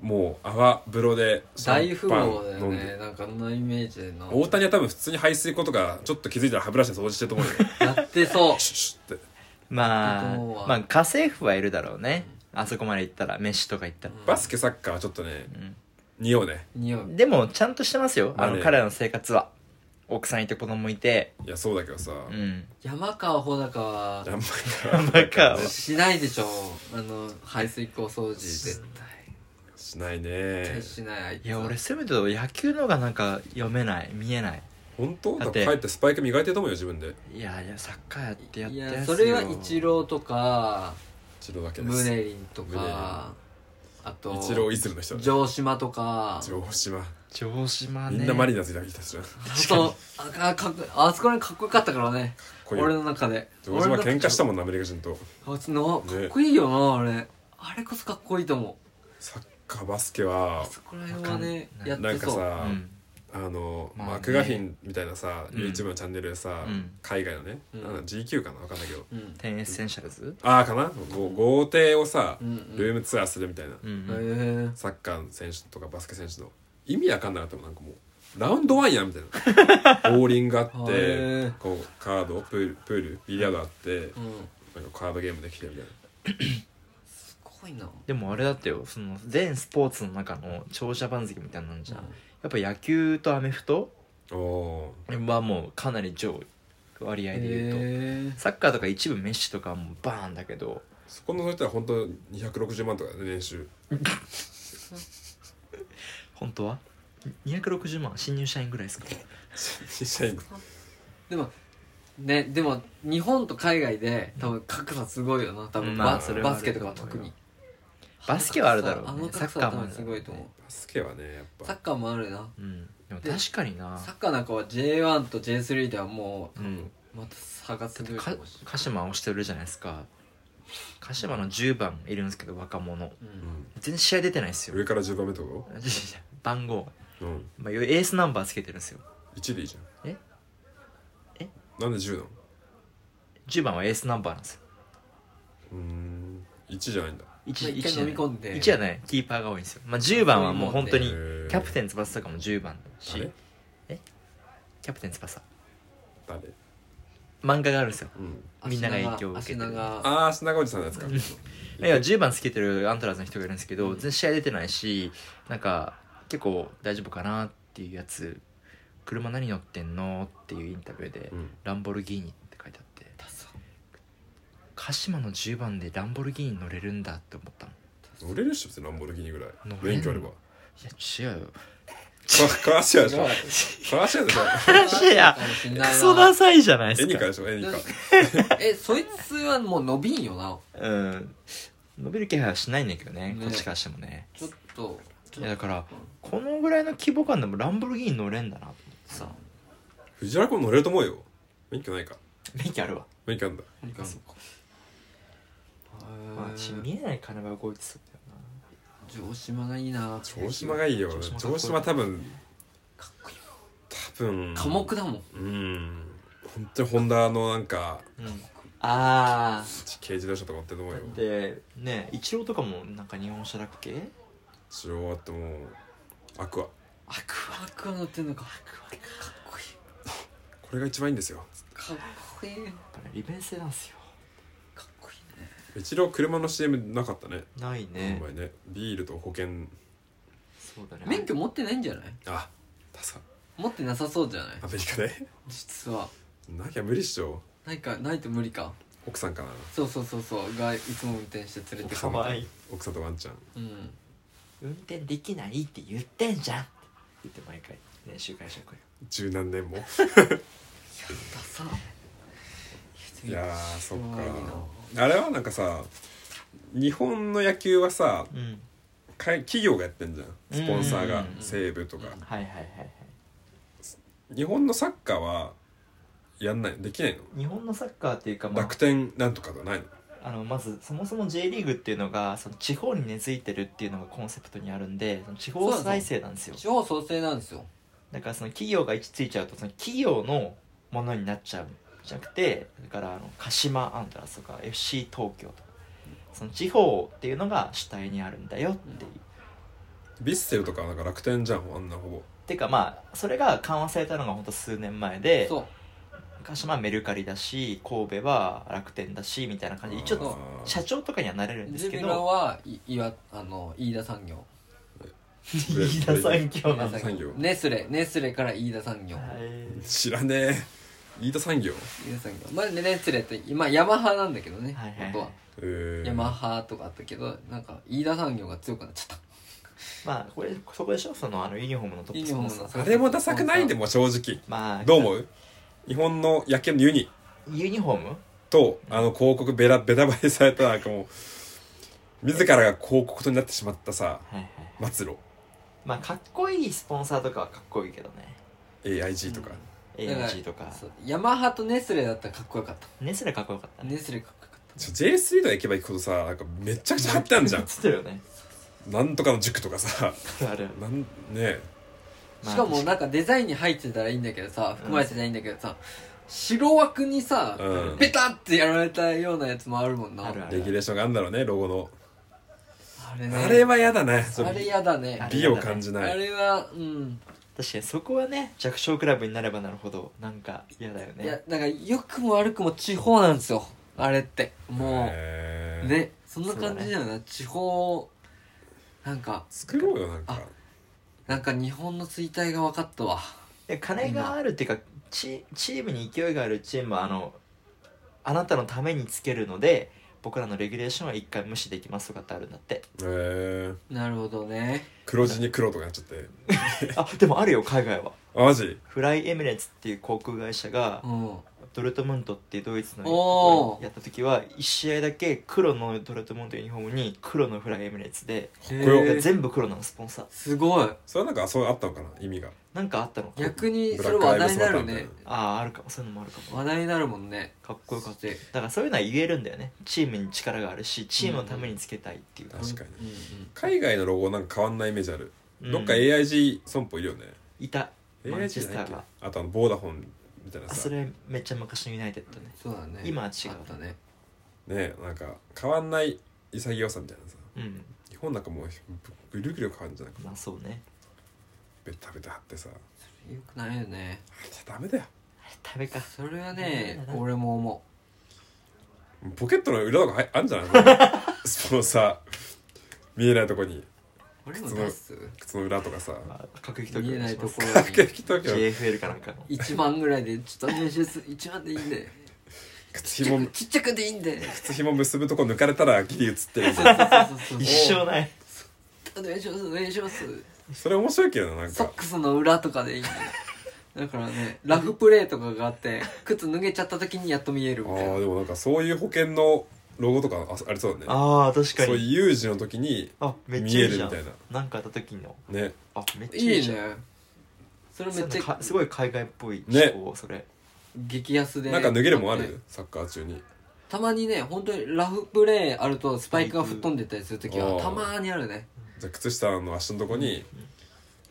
[SPEAKER 2] もう泡風呂でシ
[SPEAKER 3] 大
[SPEAKER 2] ャン
[SPEAKER 3] 富
[SPEAKER 2] パン
[SPEAKER 3] 豪だよ
[SPEAKER 2] 飲ん
[SPEAKER 3] ね
[SPEAKER 2] で
[SPEAKER 3] なんかあんなイメージでな
[SPEAKER 2] 大谷は多分普通に排水溝とかちょっと気づいたら歯ブラシで掃除してると思うよ
[SPEAKER 3] やってそう
[SPEAKER 2] シュッシュッって
[SPEAKER 1] ま
[SPEAKER 3] だ
[SPEAKER 1] あ
[SPEAKER 3] と思うわ
[SPEAKER 1] まあ家政婦はいるだろうねあそこまで行ったらメッシとか行ったら
[SPEAKER 2] バスケサッカーはちょっとね
[SPEAKER 1] ん
[SPEAKER 2] 匂うね
[SPEAKER 3] 匂い
[SPEAKER 1] でもちゃんとしてますよ
[SPEAKER 2] まあ
[SPEAKER 1] あ
[SPEAKER 2] ね
[SPEAKER 1] の彼らの生活は奥さんいて子供いて
[SPEAKER 2] いやそうだけどさ
[SPEAKER 1] うん
[SPEAKER 3] 山川穂高は
[SPEAKER 2] あんま
[SPEAKER 1] なんだか
[SPEAKER 3] しないでしょあの排水溝掃除絶
[SPEAKER 2] りしない
[SPEAKER 3] 対
[SPEAKER 2] ね
[SPEAKER 3] しないあいつ
[SPEAKER 1] いや俺せめて野球のがなんか読めない見えない
[SPEAKER 2] 本当
[SPEAKER 1] だ
[SPEAKER 2] だ
[SPEAKER 1] っ
[SPEAKER 2] ってて帰ってスパイク磨いてると思うよ自分で
[SPEAKER 1] いやいやサッカーやってやっ
[SPEAKER 3] い
[SPEAKER 1] て
[SPEAKER 3] やそれはイチローとか
[SPEAKER 2] 一郎だけで
[SPEAKER 3] ム
[SPEAKER 2] す
[SPEAKER 3] ネリンとかあと
[SPEAKER 2] 一郎いずるの人だね
[SPEAKER 3] 城島とか
[SPEAKER 2] 城島
[SPEAKER 1] 城島ね
[SPEAKER 2] みんなマリナーズいた人たちだ
[SPEAKER 3] そうあかっこあそこら辺かっこよかったからね
[SPEAKER 2] こうい
[SPEAKER 3] 俺
[SPEAKER 2] う
[SPEAKER 3] の中で
[SPEAKER 2] 城島喧嘩した
[SPEAKER 3] も
[SPEAKER 2] もんなアメリカ人と
[SPEAKER 3] んあいつのか
[SPEAKER 2] ね
[SPEAKER 3] っこいいよなあれあれこそかっこいいと思う
[SPEAKER 2] サッカーバスケは
[SPEAKER 3] あそこら辺はね
[SPEAKER 1] わかんない
[SPEAKER 3] やっ
[SPEAKER 2] なん
[SPEAKER 3] て
[SPEAKER 2] か
[SPEAKER 3] そう
[SPEAKER 1] う
[SPEAKER 2] さ、
[SPEAKER 1] ん
[SPEAKER 2] あの、
[SPEAKER 1] まあ
[SPEAKER 2] マ
[SPEAKER 1] ね
[SPEAKER 2] クガフィンみたいなさ、
[SPEAKER 1] うん
[SPEAKER 2] YouTube のチャンネルでさ、
[SPEAKER 1] うん
[SPEAKER 2] 海外のね、
[SPEAKER 3] うん
[SPEAKER 2] なんだ GQ かなわかんないけど
[SPEAKER 3] うん
[SPEAKER 1] テンエッセンシャルズ
[SPEAKER 2] ああかなご豪邸をさ、
[SPEAKER 3] うんうん
[SPEAKER 2] ルームツアーするみたいな、
[SPEAKER 1] うん
[SPEAKER 3] へえ
[SPEAKER 2] サッカーの選手とかバスケ選手の意味わかんなかったもんなんかもうラウンドワンやんみたい なボーリングあって
[SPEAKER 3] へー
[SPEAKER 2] こうカードプールプールビリヤードあって、
[SPEAKER 3] うん
[SPEAKER 2] なんかカードゲームできてみたいな
[SPEAKER 3] すごいな
[SPEAKER 1] でもあれだってよその全スポーツの中の長者番付みたいなのあるじゃん、やっぱ野球とアメフト
[SPEAKER 2] お
[SPEAKER 1] はもうかなり上位割合で言うと、
[SPEAKER 3] へえ
[SPEAKER 1] サッカーとか一部メッシとかはもうバーンだけど
[SPEAKER 2] そこの人は本当260万とかだね年収
[SPEAKER 1] 本当は260万新入社員ぐらいですか
[SPEAKER 2] 新社員
[SPEAKER 3] でもねでも日本と海外で多分格差すごいよな多分
[SPEAKER 1] まあ
[SPEAKER 3] バ
[SPEAKER 1] それはあ
[SPEAKER 3] バ
[SPEAKER 1] る
[SPEAKER 3] スケとかは特に
[SPEAKER 1] バスケはあるだろうね
[SPEAKER 3] あの格差は多分すごいと思う
[SPEAKER 2] バスケはねやっ
[SPEAKER 3] サ
[SPEAKER 2] ぱ
[SPEAKER 3] ッカーもあるな
[SPEAKER 1] うんでも
[SPEAKER 3] で
[SPEAKER 1] 確かにな
[SPEAKER 3] サッカーなんかは J1 と J3 ではもう
[SPEAKER 1] うん
[SPEAKER 3] また差がすごいか
[SPEAKER 1] か
[SPEAKER 3] もしれない
[SPEAKER 1] 鹿島をしてるじゃないですか鹿島の10番いるんですけど若者
[SPEAKER 3] うん
[SPEAKER 1] 全然試合出てないですよ
[SPEAKER 2] 上から10番目とかを
[SPEAKER 1] 番号、
[SPEAKER 2] うん
[SPEAKER 1] まあ、エースナンバーつけてるんですよ
[SPEAKER 2] 1でいいじゃん
[SPEAKER 1] ええ
[SPEAKER 2] なんで10なの
[SPEAKER 1] 10番はエースナンバーなんですよ
[SPEAKER 2] うーん1じゃないんだ
[SPEAKER 3] まあ
[SPEAKER 1] 1
[SPEAKER 3] 一回飲み込んで
[SPEAKER 1] 1じゃないキーパーが多いんですよ、まあ、10番はもう本当に
[SPEAKER 2] 飲み込んで
[SPEAKER 1] キャプテン翼とかも10番だ
[SPEAKER 2] あ
[SPEAKER 1] し
[SPEAKER 2] れ
[SPEAKER 1] キャプテン翼
[SPEAKER 2] 誰
[SPEAKER 1] 漫画があるんですよ
[SPEAKER 2] うん
[SPEAKER 1] みんなが影響を受けてる
[SPEAKER 3] 足長
[SPEAKER 2] ああ品川おじさんのやつか
[SPEAKER 1] いや10番つけてるアントラーズの人がいるんですけど全然試合出てないしなんか結構大丈夫かなっていうやつ「車何乗ってんの?」っていうインタビューで
[SPEAKER 2] うん
[SPEAKER 1] 「ランボルギーニ」って書いてあって
[SPEAKER 3] ダサ
[SPEAKER 1] 鹿島の10番でランボルギーニ乗れるんだって思ったの
[SPEAKER 2] 乗れるっしょ別にランボルギーニぐらい
[SPEAKER 1] 乗れん
[SPEAKER 2] 免許あれば
[SPEAKER 1] いや違うよ
[SPEAKER 2] カワシアでしょカワシアで しょ
[SPEAKER 1] 話や
[SPEAKER 3] かもしん
[SPEAKER 1] ク
[SPEAKER 3] ないな
[SPEAKER 1] ソダサいじゃないで
[SPEAKER 2] エ
[SPEAKER 1] す
[SPEAKER 2] ニ
[SPEAKER 1] か
[SPEAKER 2] カでしょエニカ
[SPEAKER 3] えそいつはもう伸びんよな
[SPEAKER 1] うん伸びる気配はしないんだけどね
[SPEAKER 3] ね
[SPEAKER 1] こっちからしてもね
[SPEAKER 3] ちょっと
[SPEAKER 1] い
[SPEAKER 3] ちょ
[SPEAKER 1] や
[SPEAKER 3] っ
[SPEAKER 1] だか
[SPEAKER 3] と
[SPEAKER 1] らこのぐらいの規模感でもランボルギーニ乗れんだなと思ってさ
[SPEAKER 2] 藤原君乗れると思うよ免許ないか
[SPEAKER 1] 免許あるわ
[SPEAKER 2] 免許あんだ
[SPEAKER 3] 何か
[SPEAKER 1] そうかまあち
[SPEAKER 3] へえ
[SPEAKER 1] 見えない金が動いてそうだよ
[SPEAKER 3] 城島がいいな
[SPEAKER 2] 城島がいいよ
[SPEAKER 1] 城島かっこいい
[SPEAKER 2] 城島多分
[SPEAKER 3] かっこいい
[SPEAKER 2] 多分
[SPEAKER 3] 寡黙だもん
[SPEAKER 2] うん本当にホンダのなんか
[SPEAKER 1] なうんああ
[SPEAKER 2] 軽自動車とか乗ってると思うよ
[SPEAKER 1] でねイチローとかもなんか日本車だっけ
[SPEAKER 2] 一応あってもうアクアこ
[SPEAKER 3] アクアアクア乗ってんのかかっこいい
[SPEAKER 2] れが一番いいんですよ
[SPEAKER 3] かっこいい
[SPEAKER 1] やっぱね利便性なんですよ
[SPEAKER 3] かっこいいね
[SPEAKER 2] 一郎車の CM なかったね
[SPEAKER 1] ないね
[SPEAKER 2] お前ねビールと保険
[SPEAKER 1] そうだね
[SPEAKER 3] 免許持ってないんじゃない
[SPEAKER 2] あダサ
[SPEAKER 3] 持ってなさそうじゃない
[SPEAKER 2] アメリカね
[SPEAKER 3] 実は
[SPEAKER 2] なきゃ無理っしょ
[SPEAKER 3] ないかないと無理か
[SPEAKER 2] 奥さんかな
[SPEAKER 3] そうそうそうそうがいつも運転して連れてく
[SPEAKER 1] か
[SPEAKER 3] る
[SPEAKER 1] わいい
[SPEAKER 2] 奥さんとワンちゃん
[SPEAKER 3] うん
[SPEAKER 1] 運転できないって言ってんじゃんって言って毎回練習会社来る
[SPEAKER 2] 十何年 も
[SPEAKER 3] ダサ
[SPEAKER 2] いやーそっ
[SPEAKER 3] かわいいな
[SPEAKER 2] かあれはなんかさ日本の野球はさ
[SPEAKER 1] うん
[SPEAKER 2] かい企業がやってんじゃんスポンサー
[SPEAKER 1] う
[SPEAKER 2] が
[SPEAKER 1] んうんうん
[SPEAKER 2] 西武とか
[SPEAKER 1] はいはいはいはい
[SPEAKER 2] 日本のサッカーはやんないできないの
[SPEAKER 1] 日本のサッカーっていうか、まあ
[SPEAKER 2] 楽、天なんとかとかないの
[SPEAKER 1] あのまずそもそも J リーグっていうのがその地方に根付いてるっていうのがコンセプトにあるんでその地方再生なんですよ
[SPEAKER 3] 地方創生なんですよ
[SPEAKER 1] だからその企業が位置ついちゃうとその企業のものになっちゃうんじゃなくてだからあの鹿島アントラスとか FC 東京とかその地方っていうのが主体にあるんだよっていう。
[SPEAKER 2] ヴィッセルとかはなんか楽天じゃんあんなほぼ
[SPEAKER 1] っていうかまあそれが緩和されたのがほんと数年前で
[SPEAKER 3] そう
[SPEAKER 1] 鹿島はメルカリだし神戸は楽天だしみたいな感じで一応
[SPEAKER 2] あー
[SPEAKER 1] 社長とかにはなれるんです
[SPEAKER 3] 自
[SPEAKER 1] け
[SPEAKER 3] 分ら
[SPEAKER 1] ど
[SPEAKER 3] はいいわあの飯田産業
[SPEAKER 2] ブレ
[SPEAKER 1] 飯田産業なん
[SPEAKER 3] 飯
[SPEAKER 1] だ
[SPEAKER 3] 田
[SPEAKER 2] 産業
[SPEAKER 3] ネスレネスレから飯田産業
[SPEAKER 1] はい
[SPEAKER 2] 知らねえ飯田産業
[SPEAKER 3] 飯田産業まあネスレって今ヤマハなんだけどね
[SPEAKER 1] はいはいはい
[SPEAKER 3] 元は
[SPEAKER 2] えー、
[SPEAKER 3] ヤマハとかあったけどなんか飯田産業が強くなっちゃっ
[SPEAKER 1] まあこれそこでしょそのあのユニフォームのトップスポン
[SPEAKER 3] ユニフォーム
[SPEAKER 1] サ
[SPEAKER 3] の
[SPEAKER 1] ー
[SPEAKER 2] あれもダサくないでも正直
[SPEAKER 1] まあ
[SPEAKER 2] どう思う日本の野球のユニ
[SPEAKER 1] ユニフォーム
[SPEAKER 2] とあの広告ベラベタバレされたなんかもう自らが広告となってしまったさ
[SPEAKER 1] はいはい
[SPEAKER 2] 末路
[SPEAKER 1] まあかっこいいスポンサーとかはかっこいいけどね
[SPEAKER 2] AIG とか、
[SPEAKER 3] ただら
[SPEAKER 1] AMG とか
[SPEAKER 3] そうヤマハとネスレだったらかっこよかった
[SPEAKER 1] ネスレかっこよかったね
[SPEAKER 3] ネスレかっこよかっ
[SPEAKER 2] ちょ J3 とか行けば行くほどさなんかめちゃくちゃ貼ってあるじゃん
[SPEAKER 1] つってるよね
[SPEAKER 2] なんとかの塾とかさ
[SPEAKER 1] ある
[SPEAKER 2] なんねえ
[SPEAKER 3] たしかもなんかデザインに入ってたらいいんだけどさ含まれてないんだけどさ白枠にさ
[SPEAKER 2] うん
[SPEAKER 3] ベタってやられたようなやつもあるもんな
[SPEAKER 1] あるあ
[SPEAKER 2] レギュ
[SPEAKER 1] る
[SPEAKER 2] レーションがあるんだろうねロゴの、
[SPEAKER 3] あれね
[SPEAKER 2] あれは嫌だね
[SPEAKER 3] あれやだね
[SPEAKER 1] あれ
[SPEAKER 2] 美を感じ
[SPEAKER 3] あ
[SPEAKER 2] ない
[SPEAKER 3] れはうん
[SPEAKER 1] 確かにそこはね弱小クラブになればなるほどなんか嫌だよ
[SPEAKER 3] いや
[SPEAKER 1] ね
[SPEAKER 3] だから良くも悪くも地方なんですよあれっても
[SPEAKER 2] へ
[SPEAKER 3] う
[SPEAKER 2] え
[SPEAKER 3] ねそんな感じだよな地方なんか
[SPEAKER 2] 作ろうよなんか
[SPEAKER 3] なんか日本の衰退が分かったわ
[SPEAKER 1] で金があるっていうかチチームに勢いがあるチームはあのあなたのためにつけるので僕らのレギュレーションは一回無視できますとかってあるんだ って
[SPEAKER 2] へえ
[SPEAKER 3] なるほどね
[SPEAKER 2] 黒字に黒とかなっちゃって
[SPEAKER 1] あでもあるよ海外は
[SPEAKER 2] あマジ
[SPEAKER 1] フライエミレッツっていう航空会社が
[SPEAKER 3] うん
[SPEAKER 1] ドルトムントっていうドイツの
[SPEAKER 3] おー
[SPEAKER 1] やった時は1試合だけ黒のドルトムントユニフォームに黒のフライエミレッツで
[SPEAKER 2] かっこよ
[SPEAKER 3] へー
[SPEAKER 1] 全部黒なのスポンサー
[SPEAKER 3] すごい
[SPEAKER 2] それはなんかそうあったのかな意味が
[SPEAKER 1] なんかあったのか
[SPEAKER 3] 逆にそれ話題になるね
[SPEAKER 1] あああるかもそういうのもあるかも
[SPEAKER 3] 話題になるもんね
[SPEAKER 1] かっこよかった
[SPEAKER 3] て
[SPEAKER 1] だからそういうのは言えるんだよねチームに力があるしチームのためにつけたいっていう、
[SPEAKER 2] 確かに
[SPEAKER 3] うんうん
[SPEAKER 2] 海外のロゴなんか変わんないイメージある、
[SPEAKER 1] うん
[SPEAKER 2] どっか AIG 損保いるよね
[SPEAKER 1] いたマンチェ
[SPEAKER 2] AIG
[SPEAKER 1] ス
[SPEAKER 2] じゃな
[SPEAKER 1] タ
[SPEAKER 2] いっ
[SPEAKER 1] ー
[SPEAKER 2] け
[SPEAKER 1] が
[SPEAKER 2] あとあのボーダフォンみたいな
[SPEAKER 1] あ
[SPEAKER 2] さ
[SPEAKER 1] そ
[SPEAKER 2] ね
[SPEAKER 1] れめっちゃ昔のユナイテッドね
[SPEAKER 3] そうだね
[SPEAKER 1] 今は違う
[SPEAKER 3] あったね
[SPEAKER 2] えなんか変わんない潔さみたいなさ
[SPEAKER 1] うん
[SPEAKER 2] 日本なんかもうぐるぐる変わんじゃなく
[SPEAKER 1] まあそうね
[SPEAKER 2] ベタベタ貼ってさあ
[SPEAKER 3] よくないよね
[SPEAKER 2] れじゃダメだよ
[SPEAKER 1] あれ食べか
[SPEAKER 3] それはね俺も思
[SPEAKER 2] ポケットの裏とかはいあん じゃないスポンサー見えないとこに
[SPEAKER 3] う俺も出す
[SPEAKER 2] 靴の裏とかさ
[SPEAKER 1] まあ各駅
[SPEAKER 3] 見えないところ
[SPEAKER 2] 駆
[SPEAKER 3] に
[SPEAKER 2] け引きときは
[SPEAKER 1] JFL かなんかの
[SPEAKER 3] 1万ぐらいでちょっと編集する1万でいいんで
[SPEAKER 2] 靴
[SPEAKER 3] ちっちゃ
[SPEAKER 2] 紐
[SPEAKER 3] くちっちゃくでいいんで
[SPEAKER 2] 靴紐結ぶとこ抜かれたらギリ映ってる
[SPEAKER 3] そうそうそうそう
[SPEAKER 1] 一生ない
[SPEAKER 3] お願いしますお願いします
[SPEAKER 2] それ面白いけどななん
[SPEAKER 3] ソ
[SPEAKER 2] か
[SPEAKER 3] ックスの裏とかでいいんだよだからねラフプレーとかがあって靴脱げちゃった時にやっと見える
[SPEAKER 2] あ
[SPEAKER 3] みたい
[SPEAKER 2] ー
[SPEAKER 3] な
[SPEAKER 2] でもなんかそういう保険のロゴとかあありそうだね
[SPEAKER 1] ああ確
[SPEAKER 2] そういう有事の時に
[SPEAKER 1] あめっ
[SPEAKER 2] 見
[SPEAKER 1] ちゃい
[SPEAKER 2] え
[SPEAKER 1] い
[SPEAKER 2] る
[SPEAKER 1] じゃ
[SPEAKER 2] み
[SPEAKER 1] ん
[SPEAKER 2] たいな
[SPEAKER 1] なんかあった時の
[SPEAKER 2] ね
[SPEAKER 1] あめっちゃい
[SPEAKER 3] い
[SPEAKER 1] い
[SPEAKER 3] い
[SPEAKER 1] じゃん
[SPEAKER 3] ねそれ
[SPEAKER 1] そ
[SPEAKER 3] め
[SPEAKER 1] う
[SPEAKER 3] っ
[SPEAKER 1] いう
[SPEAKER 3] ち
[SPEAKER 1] の
[SPEAKER 3] ゃ
[SPEAKER 1] かすごい海外っぽい
[SPEAKER 2] ね
[SPEAKER 1] 思考それ
[SPEAKER 3] 激安で
[SPEAKER 2] なんか脱げるもんあ
[SPEAKER 3] 買って
[SPEAKER 2] るサッカー中に
[SPEAKER 3] たまにね本当にラフプレーあるとスパイクが吹っ飛んでったりする時
[SPEAKER 2] あ
[SPEAKER 3] は
[SPEAKER 2] ー
[SPEAKER 3] たまーにあ るね
[SPEAKER 2] じゃあ靴下の足のとこに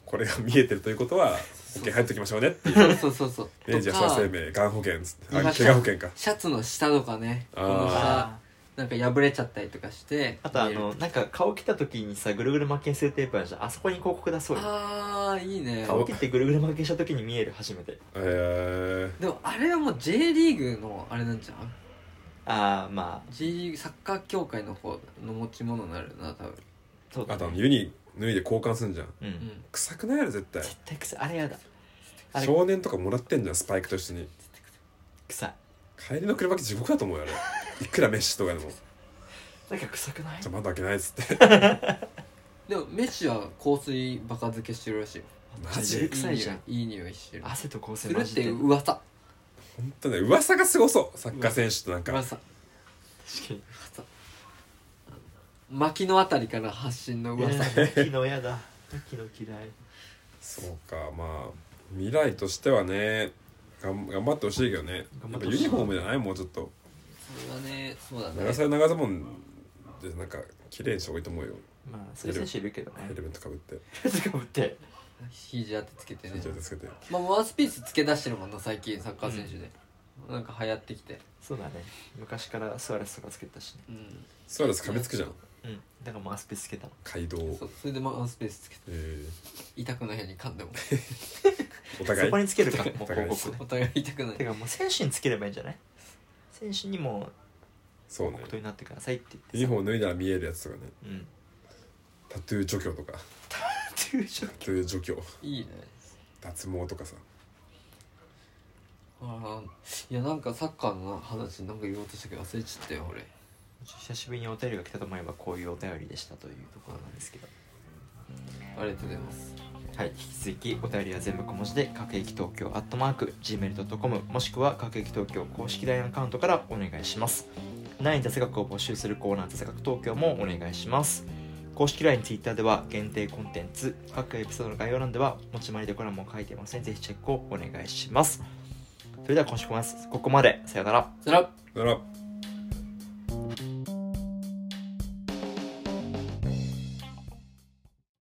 [SPEAKER 2] これが見えてるということは保険入っときましょうねっていう
[SPEAKER 3] そうそうそう
[SPEAKER 2] 明治
[SPEAKER 3] と
[SPEAKER 2] 安田
[SPEAKER 3] か
[SPEAKER 2] 生命がん保険っつってあ
[SPEAKER 3] いました
[SPEAKER 2] 怪我保険か
[SPEAKER 3] シャツの下とかね
[SPEAKER 2] あ
[SPEAKER 3] こ
[SPEAKER 2] ー
[SPEAKER 3] の下
[SPEAKER 1] あ
[SPEAKER 3] なんか破れちゃったりとかして
[SPEAKER 1] あとあ
[SPEAKER 3] 見える
[SPEAKER 1] のなんか顔切った時にさぐるぐる巻きにするテープあるじゃんあそこに広告出そうよ
[SPEAKER 3] あーいいね
[SPEAKER 1] 顔切ってぐるぐる巻きにした時に見える初めて
[SPEAKER 2] え
[SPEAKER 3] でもあれはもう J リーグのあれなんじゃん
[SPEAKER 1] ああま
[SPEAKER 3] J リーグサッカー協会の方の持ち物になるな多分
[SPEAKER 1] あそう
[SPEAKER 2] ー、あ
[SPEAKER 1] だ
[SPEAKER 2] とあの
[SPEAKER 1] ね
[SPEAKER 2] ユニ脱いで交換するんじゃん
[SPEAKER 1] う
[SPEAKER 3] うんん
[SPEAKER 2] 臭くないやろ絶対
[SPEAKER 1] 絶対臭いあれやだあれ
[SPEAKER 2] 少年とかもらってんじゃんスパイクと一緒に
[SPEAKER 1] 臭い
[SPEAKER 2] 帰りの車地獄だと思うよあれいくらメッシとかでも
[SPEAKER 1] なんか臭くない
[SPEAKER 2] じゃあ窓開けないっつって
[SPEAKER 3] でもメッシは香水バカ漬けしてるらしいよ
[SPEAKER 2] マジ
[SPEAKER 1] え臭いじゃん
[SPEAKER 3] いい匂いいい匂いしてる
[SPEAKER 1] 汗と光
[SPEAKER 3] す
[SPEAKER 1] 線
[SPEAKER 3] る
[SPEAKER 1] マ
[SPEAKER 3] っ
[SPEAKER 1] ジ
[SPEAKER 3] て
[SPEAKER 1] で
[SPEAKER 3] いう噂
[SPEAKER 2] 本当ね噂がすごそうサッカー選手ってなんか
[SPEAKER 3] 噂
[SPEAKER 1] 確かに
[SPEAKER 3] 薪のあたりから発信の噂
[SPEAKER 1] いや秋のやだ秋の嫌い
[SPEAKER 2] そうかまあ未来としてはねがん頑張ってほしいけどね
[SPEAKER 1] 頑
[SPEAKER 2] や
[SPEAKER 1] 張っ
[SPEAKER 2] っぱ
[SPEAKER 1] て
[SPEAKER 2] ユ
[SPEAKER 1] ほしい
[SPEAKER 2] ニフォームじゃないもうちょっと
[SPEAKER 3] それはねそうだね
[SPEAKER 2] 長袖長ズボンでなんか綺麗にした方がいいと思うよ
[SPEAKER 1] まあそういう選手いるけど
[SPEAKER 2] ヘ
[SPEAKER 1] ね
[SPEAKER 2] ルメットかぶって
[SPEAKER 1] ヘ ルメットかぶって
[SPEAKER 3] ヒージャーってつけてね
[SPEAKER 2] 緊張でつけて
[SPEAKER 3] まあワンスピースつけ出してるもんな最近サッカー選手で、なんか流行ってきて
[SPEAKER 1] そうだね昔からスアレスとかつけてたしね
[SPEAKER 3] うん
[SPEAKER 2] スアレス噛みつくじゃん
[SPEAKER 1] うんだからもうアスペつけたの
[SPEAKER 2] 街道
[SPEAKER 3] そうそれでワンスペースつけて
[SPEAKER 2] え
[SPEAKER 3] 痛くないように噛んでも
[SPEAKER 2] ー
[SPEAKER 1] そ
[SPEAKER 2] お
[SPEAKER 1] こ
[SPEAKER 2] 互い
[SPEAKER 1] につけるからもう
[SPEAKER 2] お互
[SPEAKER 1] 広
[SPEAKER 2] いです
[SPEAKER 1] 告
[SPEAKER 3] お互い痛くな
[SPEAKER 1] て
[SPEAKER 3] い
[SPEAKER 1] かもう選手につければいいんじゃない選手にも
[SPEAKER 2] そうね
[SPEAKER 1] ことになってくださいって言って
[SPEAKER 2] ユニフォーム脱いだら見えるやつとかね
[SPEAKER 1] うん
[SPEAKER 2] タトゥー除去とか
[SPEAKER 1] っていう状況
[SPEAKER 2] タトゥー除去
[SPEAKER 3] いいね
[SPEAKER 2] 脱毛とかさ
[SPEAKER 3] あーいやなんかサッカーの話なんか言おうとしたけど忘れちゃったよ俺
[SPEAKER 1] 久しぶりにお便りが来たと思えばこういうお便りでしたというところなんですけど
[SPEAKER 3] ありがとうございます
[SPEAKER 1] はい、引き続きお便りは全部小文字で各駅東京アットマーク Gmail.com もしくは各駅東京公式 LINE アカウントからお願いします何位雑学を募集するコーナー雑学東京もお願いします公式 LINETwitter では限定コンテンツ各エピソードの概要欄では持ち回りでコラムも書いてますのでぜひチェックをお願いしますそれでは今週もここまでさよなら
[SPEAKER 3] さよなら
[SPEAKER 2] なら